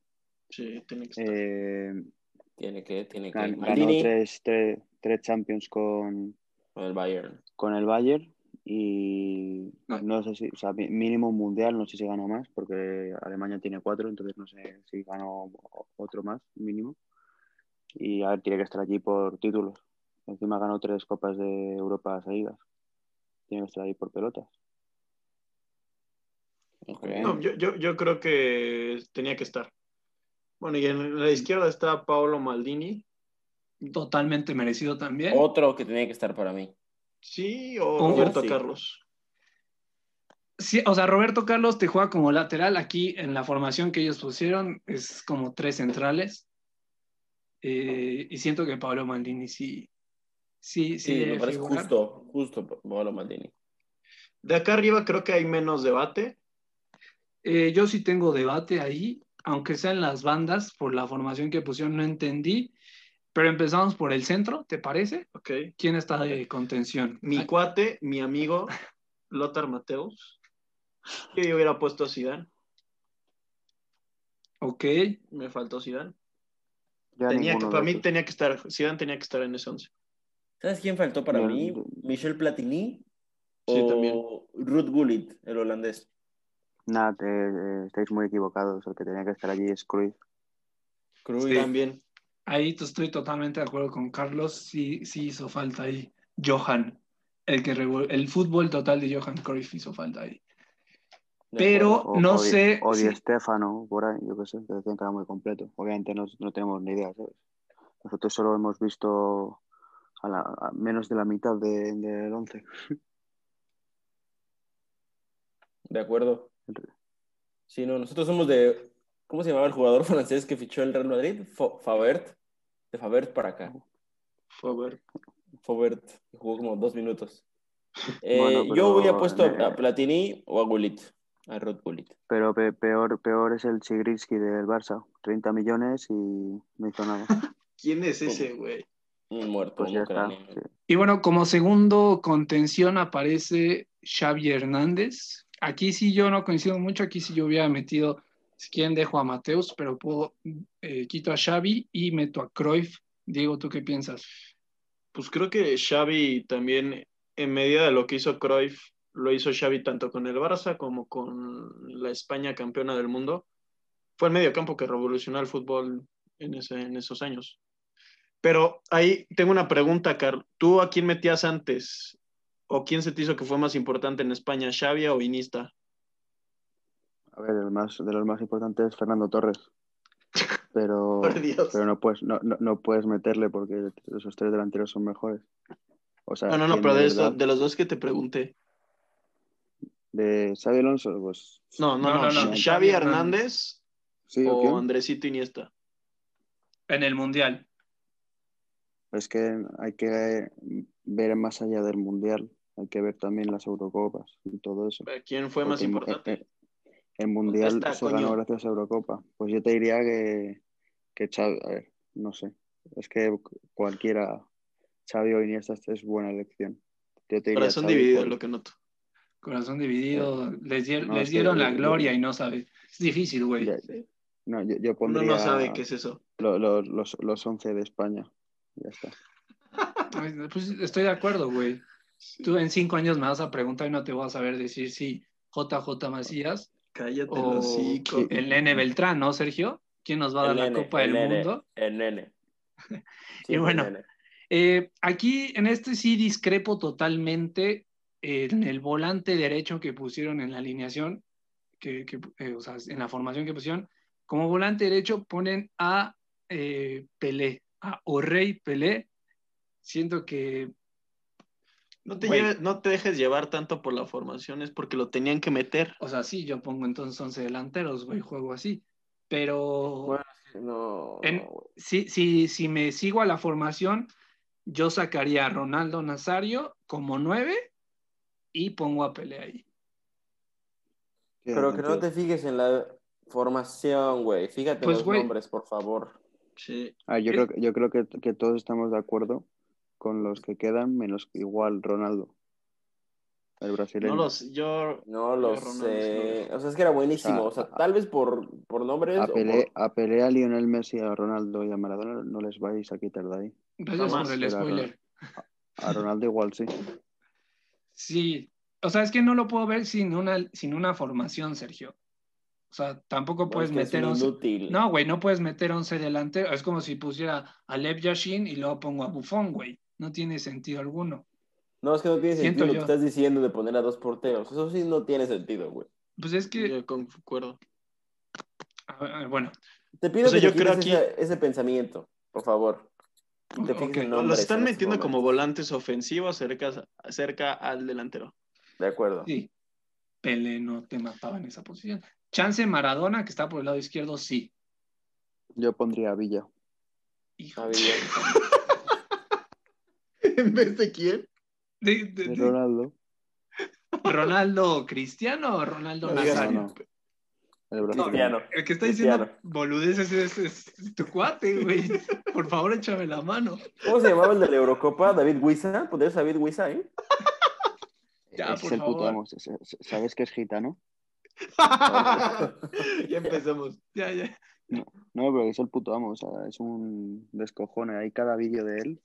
Sí, tiene que estar.
eh,
Tiene que, tiene que.
gan- ganó
Maldini
tres, tres- tres Champions con,
con el Bayern.
con el Bayern y
No.
no sé si, o sea, mi- mínimo un mundial, no sé si ganó más, porque Alemania tiene cuatro, entonces no sé si ganó o- otro más, mínimo. Y a ver, tiene que estar allí por títulos. Encima ganó tres copas de Europa seguidas. Tiene que estar ahí por pelotas.
Ok.
No, yo, yo, yo creo que tenía que estar. Bueno, y en la izquierda está Paolo Maldini.
Totalmente merecido también.
Otro que tenía que estar para mí.
Sí, o
Oh,
Ojo.
Roberto
Sí.
Carlos.
Sí, o sea, Roberto Carlos te juega como lateral. Aquí en la formación que ellos pusieron es como tres centrales. Eh, y siento que Pablo Maldini sí. Sí, sí.
Sí, me
debe
parece
figurar.
justo, justo Paolo Maldini.
De acá arriba creo que hay menos debate.
Eh, yo sí tengo debate ahí, aunque sea en las bandas, por la formación que pusieron, no entendí. Pero empezamos por el centro, ¿te parece?
Ok.
¿Quién está de contención?
Mi cuate, mi amigo, Lothar Mateus. Yo, yo hubiera puesto a Zidane.
Ok.
Me faltó Zidane.
Ya
Tenía que,
ninguno
para
de
mí
esos.
tenía que estar, Zidane tenía que estar en ese once.
¿Sabes quién faltó para
No,
mí?
no.
Michel Platini
Sí,
o
también.
Ruth Gullit, el holandés.
Nada, te- eh, estáis muy equivocados. El que tenía que estar allí es Cruyff.
Cruz.
Sí.
También.
Ahí t- estoy totalmente de acuerdo con Carlos. Sí, sí hizo falta ahí. Johan, el que revol- el fútbol total de Johan Cruyff hizo falta ahí. Pero
O-
no
o Di-
sé.
O Di
si-
Stefano, por ahí, yo qué sé, que decían que era muy completo. Obviamente no, no tenemos ni idea, ¿sabes? Nosotros solo hemos visto a, la, a menos de la mitad de- del 11.
De acuerdo. Sí, no, nosotros somos de. ¿Cómo se llamaba el jugador francés que fichó el Real Madrid? Fa- Favert. De Favert para acá.
Favor.
Favert. que Jugó como dos minutos. Eh,
Bueno, pero,
yo hubiera puesto
eh,
a Platini o a Gullit. A Rod Gullit.
Pero pe- peor, peor es el Chigrinsky del Barça. 30 millones y no hizo nada.
¿Quién es ese, güey?
Un muerto,
Pues
un
ya está.
ucraniano.
Sí.
Y bueno, como segundo contención aparece Xavi Hernández. Aquí sí yo no coincido mucho, aquí sí yo hubiera metido, si quieren dejo a Mateus, pero puedo, eh, quito a Xavi y meto a Cruyff. Diego, ¿tú qué piensas?
Pues creo que Xavi también, en medida de lo que hizo Cruyff, lo hizo Xavi tanto con el Barça como con la España campeona del mundo. Fue el mediocampo que revolucionó el fútbol en, ese- en esos años. Pero ahí tengo una pregunta, Carl. ¿Tú a quién metías antes? ¿O quién se te hizo que fue más importante en España, Xavi o Iniesta?
A ver, el más, de los más importantes es Fernando Torres. Pero,
Por Dios.
pero no, puedes, no, no- no puedes meterle porque esos tres delanteros son mejores. O sea,
No, no, no,
¿quién
pero de,
verdad?
esos- de los dos que te pregunté.
De Xavi Alonso, pues.
No, no,
No,
no.
no,
no.
Xavi Hernández
Sí, ¿o
o
quién?
Andresito Iniesta.
En el Mundial.
Es que hay que ver más allá del Mundial, hay que ver también las Eurocopas y todo eso.
¿Quién fue más
Porque,
importante?
eh, eh, El Mundial
Contesta,
se ganó
coño.
gracias a Eurocopa. Pues yo te diría que, que Xavi, a ver, no sé. Es que cualquiera, Xavi o Iniesta es buena elección. Yo te diría
Corazón
Xavi
dividido,
por-
lo que noto.
Corazón dividido, les, dier-
No,
les
sí,
dieron la
yo-
gloria y no sabe. Es difícil, güey.
Ya, No, yo, yo
¿eh? Uno
pondría
no sabe qué es eso.
lo- lo- los, los 11 de España. Ya está.
Ay, Pues estoy de acuerdo, güey. Tú en cinco años me vas a preguntar y no te voy a saber decir si JJ Macías
Cállate
o
el hocico.
Oh, Sí.
el Nene Beltrán, ¿no, Sergio? ¿Quién nos va a dar
El
la
nene,
Copa
el
del
nene,
Mundo?
El nene.
Y bueno,
el nene.
Eh, aquí en este sí discrepo totalmente en el volante derecho que pusieron en la alineación, que, que, eh, o sea, en la formación que pusieron. Como volante derecho ponen a eh, Pelé, a Orrey Pelé. Siento que
No te,
Güey.
lleves- no te dejes llevar tanto por la formación, es porque lo tenían que meter.
O sea, sí, yo pongo entonces 11 delanteros, güey, juego así. Pero
Bueno, No,
En-
no, güey.
si, si, si me sigo a la formación, yo sacaría a Ronaldo Nazario como 9 y pongo a Pelé ahí.
Pero que no te fijes en la formación, güey. Fíjate en
Pues,
los
güey.
nombres, por favor.
Sí.
Ah, yo,
Eh.
creo, que- yo creo que, que todos estamos de acuerdo con los que quedan, menos igual Ronaldo, el brasileño.
No los, yo,
No lo
Pero no,
sé.
no.
O sea, es que era buenísimo.
O
O
sea,
sea, tal vez por, por nombres.
a,
o
Pelé,
por-
a Pelé, a Lionel Messi, a Ronaldo y a Maradona no les vais a quitar de ahí.
Gracias
Jamás
por el
será
spoiler.
A Ronaldo igual sí.
Sí, o sea, es que no lo puedo ver sin una, sin una formación, Sergio. O sea, tampoco
no,
puedes
es que es
meter
un
11.
inútil.
No, güey, no puedes meter 11 delanteros. Es como si pusiera a Lev Yashin y luego pongo a Buffon, güey. No tiene sentido alguno.
No, es que no tiene
Siento
sentido lo
yo.
que estás diciendo de poner a dos porteros. Eso sí no tiene sentido, güey.
Pues es que,
yo concuerdo.
a- a- bueno,
Te pido
O sea,
que
yo
te
creo
quites
aquí-
ese, ese pensamiento, por favor. No te fijes
ok.
en nombres.
Los están
en estos
metiendo como
momentos.
volantes ofensivos cerca, cerca al delantero.
De acuerdo.
Sí. Pele no te mataba en esa posición. Chance Maradona, que está por el lado izquierdo, sí.
Yo pondría a Villa.
Hijo.
Ah, bien.
¿En vez de quién?
De- de- de-
¿Y Ronaldo,
Ronaldo Cristiano o Ronaldo
No digas
Nazario.
no. el brasileño.
Cristiano.
El que está
Cristiano.
diciendo boludeces es, es- es tu cuate, güey. Por favor, échame la mano.
¿Cómo se llamaba el de la Eurocopa? David Huiza. ¿Podrías David Huiza, eh?
Ya,
es
por
el puto
favor.
amo. ¿Sabes que es gitano?
ya empezamos.
Ya, ya.
No, pero es el puto amo. O sea, es un descojone. Hay cada vídeo de él.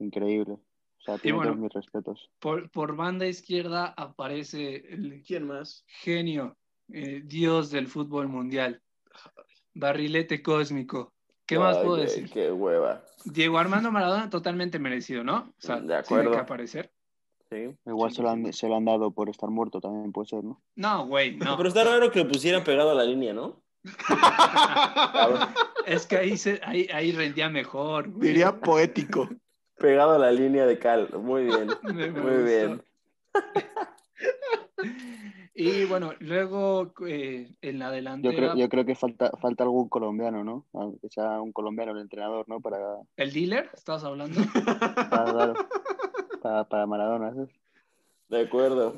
Increíble. O sea, tiene
bueno.
todos mis respetos.
Por, por banda izquierda aparece el
¿Quién más?
genio, eh, dios del fútbol mundial. Barrilete cósmico. ¿Qué más
Ay,
puedo
güey,
decir?
Qué hueva.
Diego Armando Maradona totalmente merecido, ¿no? O sea,
De
tiene
acuerdo.
que aparecer.
Sí.
Igual se lo, han, se lo han dado por estar muerto también, puede ser, ¿no?
No, güey, no.
Pero está raro que lo pusieran pegado a la línea, ¿no? Cabrón.
Es que ahí, se, ahí, ahí rendía mejor. güey.
Diría poético.
Pegado a la línea de Cal. Muy bien.
Me- me
Muy
gustó.
bien.
Y bueno, luego eh, en la
Yo
delantera,
creo, yo creo que falta, falta algún colombiano, ¿no? Aunque sea un colombiano el entrenador, ¿no? Para,
el dealer, estabas hablando.
para, dar- para, para Maradona. ¿sabes?
De acuerdo.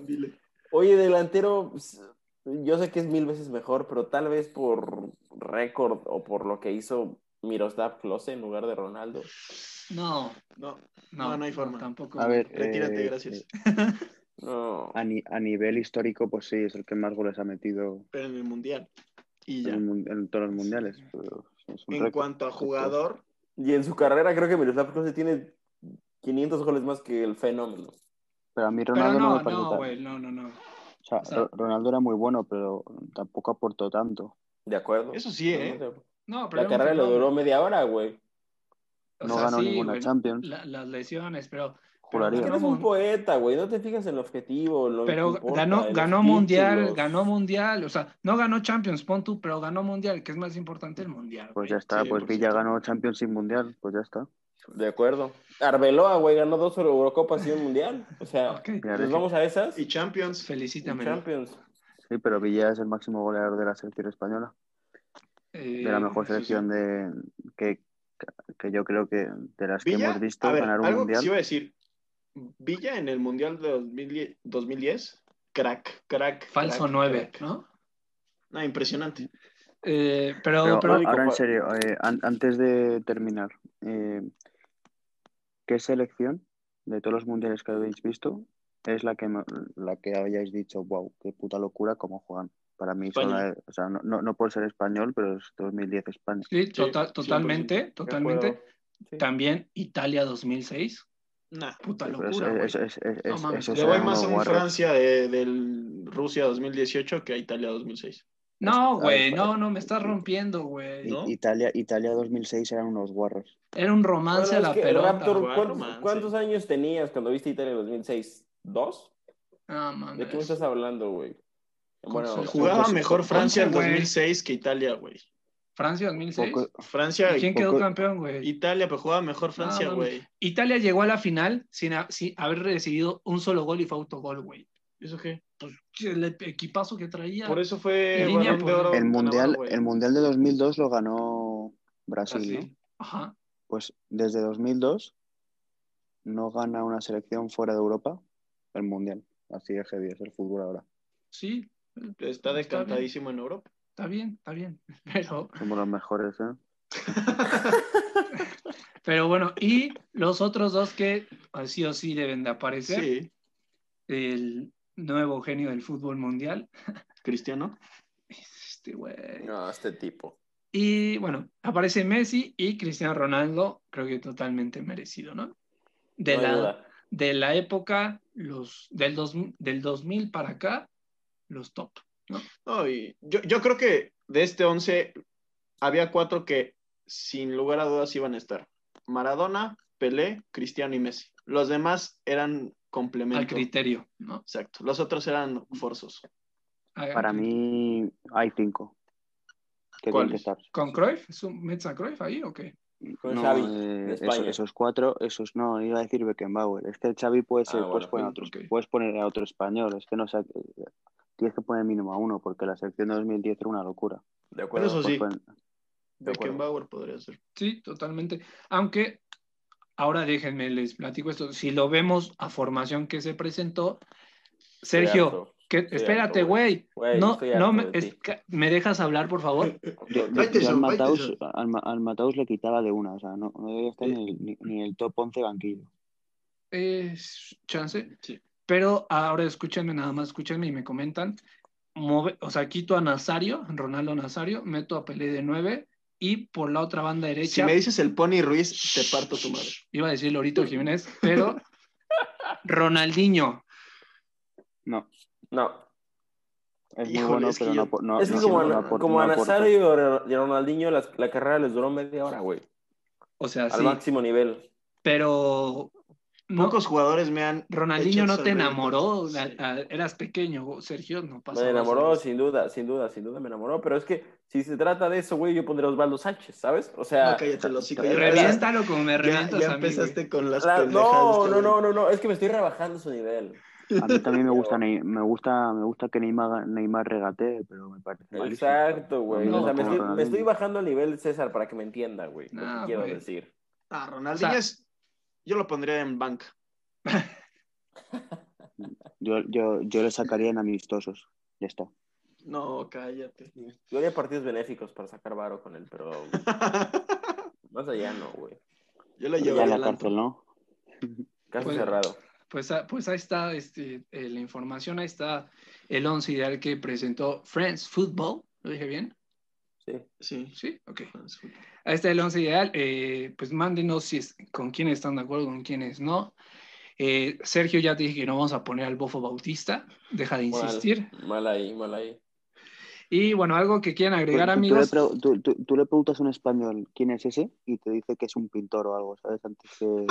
Oye, delantero, pues, yo sé que es mil veces mejor, pero tal vez por récord o por lo que hizo Miroslav Klose en lugar de Ronaldo.
No, no,
No, No, no hay forma.
Tampoco.
A ver,
retírate,
eh,
gracias.
No.
A, ni- a nivel histórico, pues sí, es el que más goles ha metido
Pero en el mundial. Y
en,
ya.
el mun- en todos los mundiales. pero es un
En
récord.
cuanto a jugador,
Y en su carrera creo que Miroslav Klose tiene 500 goles más que el fenómeno.
Pero a mí
Pero
Ronaldo no,
no,
me parece
no,
tan-
güey, no, no, no.
o sea,
o sea-
Ro- Ronaldo era muy bueno, pero tampoco aportó tanto.
¿De acuerdo?
eso sí, ¿eh?
Totalmente.
No, pero
La
era un
carrera le
fenómeno.
duró media hora, güey.
O
no
sea,
ganó
sí,
ninguna
güey,
Champions,
la- las lesiones, pero,
juraría.
Es que eres un poeta, güey. No te fijas en el objetivo. lo que
pero
importa,
ganó,
en
ganó
los
mundial,
títulos.
ganó mundial, o sea, no ganó Champions, pon tú, pero ganó mundial, que es más importante el mundial. güey.
Pues ya está,
Sí,
pues
por
Villa
supuesto.
ganó Champions sin Mundial, pues ya está.
De acuerdo. Arbeloa, güey, ganó dos Eurocopas y un mundial. O sea,
Ok, pues,
Mira,
nos vamos a esas.
y Champions,
felicítame.
Champions.
Sí, pero Villa es el máximo goleador de la selección española,
eh,
de la mejor
eso sí.
selección de que, que yo creo que de las que
Villa,
hemos visto
a ver,
ganar un
algo que
mundial.
sí iba a decir. Villa en el Mundial de 2010, 2010, crack, crack.
Falso
crack,
9,
crack.
¿no?
Ah, impresionante.
Eh, pero,
Pero
pero-
a- ahora en
fa-
serio, eh, an- antes de terminar, eh, ¿qué selección de todos los mundiales que habéis visto es la que ma- la que hayáis dicho, wow, qué puta locura cómo juegan? Para mí, son
España.
la- o sea, no, no, no por ser español, pero es 2010 España.
sí, total-
100%.
totalmente, totalmente.
De acuerdo. Sí.
También Italia 2006,
Nah.
puta
Pero es- eh,
locura, güey.
es- es- es-
No
es-
mames,
eso
le
Le
se
voy
llama
más a un
guarro.
Francia de- del Rusia 2018 que a Italia 2006.
No,
es-
güey,
es-
no, no, me estás rompiendo, güey.
I-
¿no?
Italia, Italia 2006 eran unos guarros.
Era un romance
Bueno,
a
es
la
que,
pelota.
Raptor,
güey.
güey.
¿cuántos,
Romance.
cuántos años tenías cuando viste Italia en 2006? ¿Dos?
No,
¿De qué me
mames.
estás hablando, güey? Bueno,
Con su-
Jugaba
Pues,
mejor
pues,
Francia en
güey.
2006 que Italia, güey.
Francia 2006.
Poco-
Francia,
¿Y ¿Quién quedó
poco-
campeón, güey?
Italia, pero jugaba mejor Francia,
mames.
güey.
Italia llegó a la final sin, ha- sin haber recibido un solo gol y fue autogol, güey. Pues,
¿Eso qué?
El equipazo que traía.
Por eso fue
En línea, pues,
Balón de
por-
Oro
el, mundial,
ganado, güey.
el mundial de 2002 lo ganó Brasil, ¿no?
Ah,
Brasil. Ajá.
Pues desde 2002 no gana una selección fuera de Europa el Mundial. Así de heavy es el fútbol ahora.
Sí,
Está decantadísimo en Europa.
está bien, está bien. Pero,
Somos los mejores, ¿eh?
pero bueno, y los otros dos que ah, sí o sí deben de aparecer.
Sí,
El nuevo genio del fútbol mundial.
Cristiano.
Este, güey.
no, este tipo.
Y bueno, aparece Messi y Cristiano Ronaldo, creo que totalmente merecido, ¿no? De,
no hay
la,
duda.
de la época, los, del, dos, del 2000 para acá, los top.
No, y yo, yo creo que de este 11 había cuatro que sin lugar a dudas iban a estar. Maradona, Pelé, Cristiano y Messi. Los demás eran
Al
complementos.
criterio, ¿no?
Exacto. Los otros eran forzos.
A-
Para
al
mí hay cinco. Que tienen que
¿Cuáles?
estar.
criterio. ¿Con Cruyff? ¿Es un ¿Mets a Cruyff ahí o qué?
Con
No,
Xavi,
eh,
de
eso-
España.
esos cuatro, esos no, iba a decir Beckenbauer. Es que el Xavi puede ser,
Ah,
puedes, poner
bueno,
a
ok,
otros-
ok.
puedes poner a otro español. Es que no sé, eh, tienes que poner mínimo a uno, porque la selección de 2010 era una locura. Pues
De
Pero
acuerdo.
eso
Puedes
sí,
poner-
de acuerdo.
Beckenbauer podría ser.
Sí, totalmente. Aunque ahora déjenme, les platico esto. Si lo vemos a formación que se presentó, Sergio,
Estoy
que,
harto,
espérate,
güey.
güey.
Güey,
No,
estoy
no
harto
me,
de
es
ti.
que- ¿me dejas hablar, por favor.
Yo, yo-
Vete
yo al,
son, vete
Mataus,
son.
al, Ma- al Mataus le quitaba de una, o sea, no, no debía estar ni, ni- ni en el top 11 banquillo.
Eh, chance.
Sí.
Pero ahora escúchenme, nada más escúchenme y me comentan. Move- o sea, quito a Nazario, Ronaldo Nazario, meto a Pelé de 9 y por la otra banda
Si
derecha,
me dices el Pony Ruiz, te parto tu madre.
iba a decir Lorito Jiménez, pero Ronaldinho.
No,
No.
es muy
Híjole,
bueno,
es que
pero
yo-
no, apo- no-
Es
no-
que
sí,
como,
no
a,
aporta-
como a
no aporta.
Nazario y a- y a Ronaldinho, las- la carrera les duró media hora, güey.
O sea,
Al
sí,
máximo nivel.
pero No,
Pocos jugadores me han.
Ronaldinho
hecho
no te
sonreír.
enamoró,
Sí.
a- a- eras pequeño, Sergio, no pasa
Me
nada.
enamoró, sin duda, sin duda, sin duda me enamoró. Pero es que si se trata de eso, güey, yo pondría a Osvaldo Sánchez, ¿sabes? O sea.
No, cállate el hocico. ya empezaste-
Reviéntalo como me
Ya,
revientas
ya
a mí, güey.
empezaste con las
la-
pendejadas. este
no, no,
cabrón.
no, no, no, es que me estoy rebajando su nivel.
A mí también me gusta, Ney- me gusta, me gusta que Neymar, Neymar regatee, pero me parece malísimo.
Exacto, güey.
No,
o sea, me
no,
estoy,
no, no.
me estoy bajando al nivel César para que me entienda, güey. lo
No,
que quiero
güey.
decir.
Ah, Ronaldinho
O sea-
es- Yo lo pondría en banca.
Yo, yo, yo le sacaría en amistosos. Ya está.
No, cállate.
Yo haría partidos benéficos para sacar varo con él, pero más allá no, güey.
Yo lo
Ya
llevaría
a la
al antro.
cárcel, ¿no?
Caso
Pues-
cerrado.
Pues, ah, pues ahí está este, eh, la información, ahí está el once ideal que presentó Friends Football. ¿Lo dije bien?
Sí.
Sí.
Sí, ok. Ahí está el once ideal. eh, pues mándenos si es- con quiénes están de acuerdo, con quiénes no. Eh, Sergio, ya te dije que no vamos a poner al bofo bautista. Deja de
Mal,
insistir.
mal ahí, mal ahí.
Y bueno, algo que quieran agregar,
Tú- tú le
amigos.
pregu- Tú, tú- tú le preguntas a un español quién es ese y te dice que es un pintor o algo, ¿sabes? Antes que.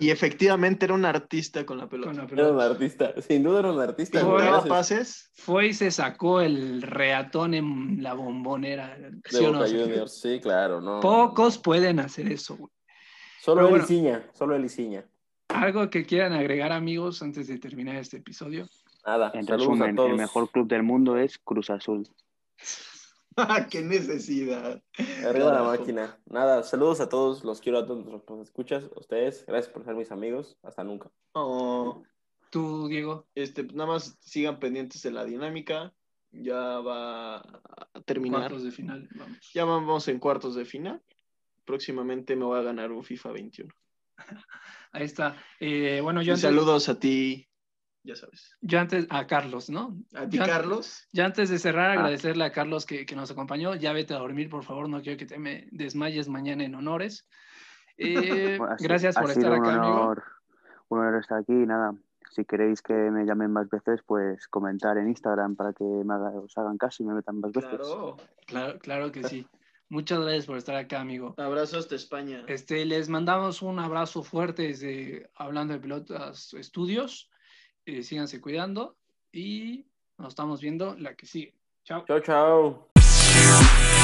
Y efectivamente era un artista con la
Con
pelota.
la
Era un
pelota.
artista, sin duda era un artista. güey.
Bueno,
Pintaba
Gracias.
pases.
Fue y se sacó el reatón en la bombonera. ¿sí
De
o no,
Boca
Sergio?
Juniors, sí, claro, no. no,
Pocos
no.
pueden hacer eso. güey.
Solo
Pero
él y
bueno.
Ciña, solo él y Ciña.
Algo que quieran agregar, amigos, antes de terminar este episodio.
Nada,
En
saludos a
resumen,
todos.
el mejor club del mundo es Cruz Azul.
¡Qué necesidad!
Arriba la
Carajo.
máquina. Nada, saludos a todos, los quiero a todos los escuchas, a ustedes, gracias por ser mis amigos, hasta nunca.
Oh,
Tú, Diego,
este, nada más sigan pendientes de la dinámica. Ya va a terminar.
cuartos de final. Vamos.
Ya vamos en cuartos de final. Próximamente me voy a ganar un FIFA 21.
Ahí está. Eh, bueno,
Y
yo antes,
saludos a ti, ya sabes.
yo antes a Carlos, ¿no?
A ti,
Ya-
Carlos.
Ya antes de cerrar,
Ah.
agradecerle a Carlos que, que nos acompañó. Ya vete a dormir, por favor. No quiero que te me desmayes mañana en honores. Eh,
Bueno, ha si-
gracias
ha
por
sido
estar acá,
un
amigo.
honor, un honor estar aquí. y Nada, si queréis que me llamen más veces, pues comentar en Instagram para que me haga- os hagan caso y me metan más veces.
Claro.
Claro, claro que sí. Muchas gracias por estar acá, amigo.
Abrazos de España.
Este, les mandamos un abrazo fuerte desde Hablando de Pelotas Estudios. Eh, síganse cuidando y nos estamos viendo la que sigue. Chao.
Chao, chao.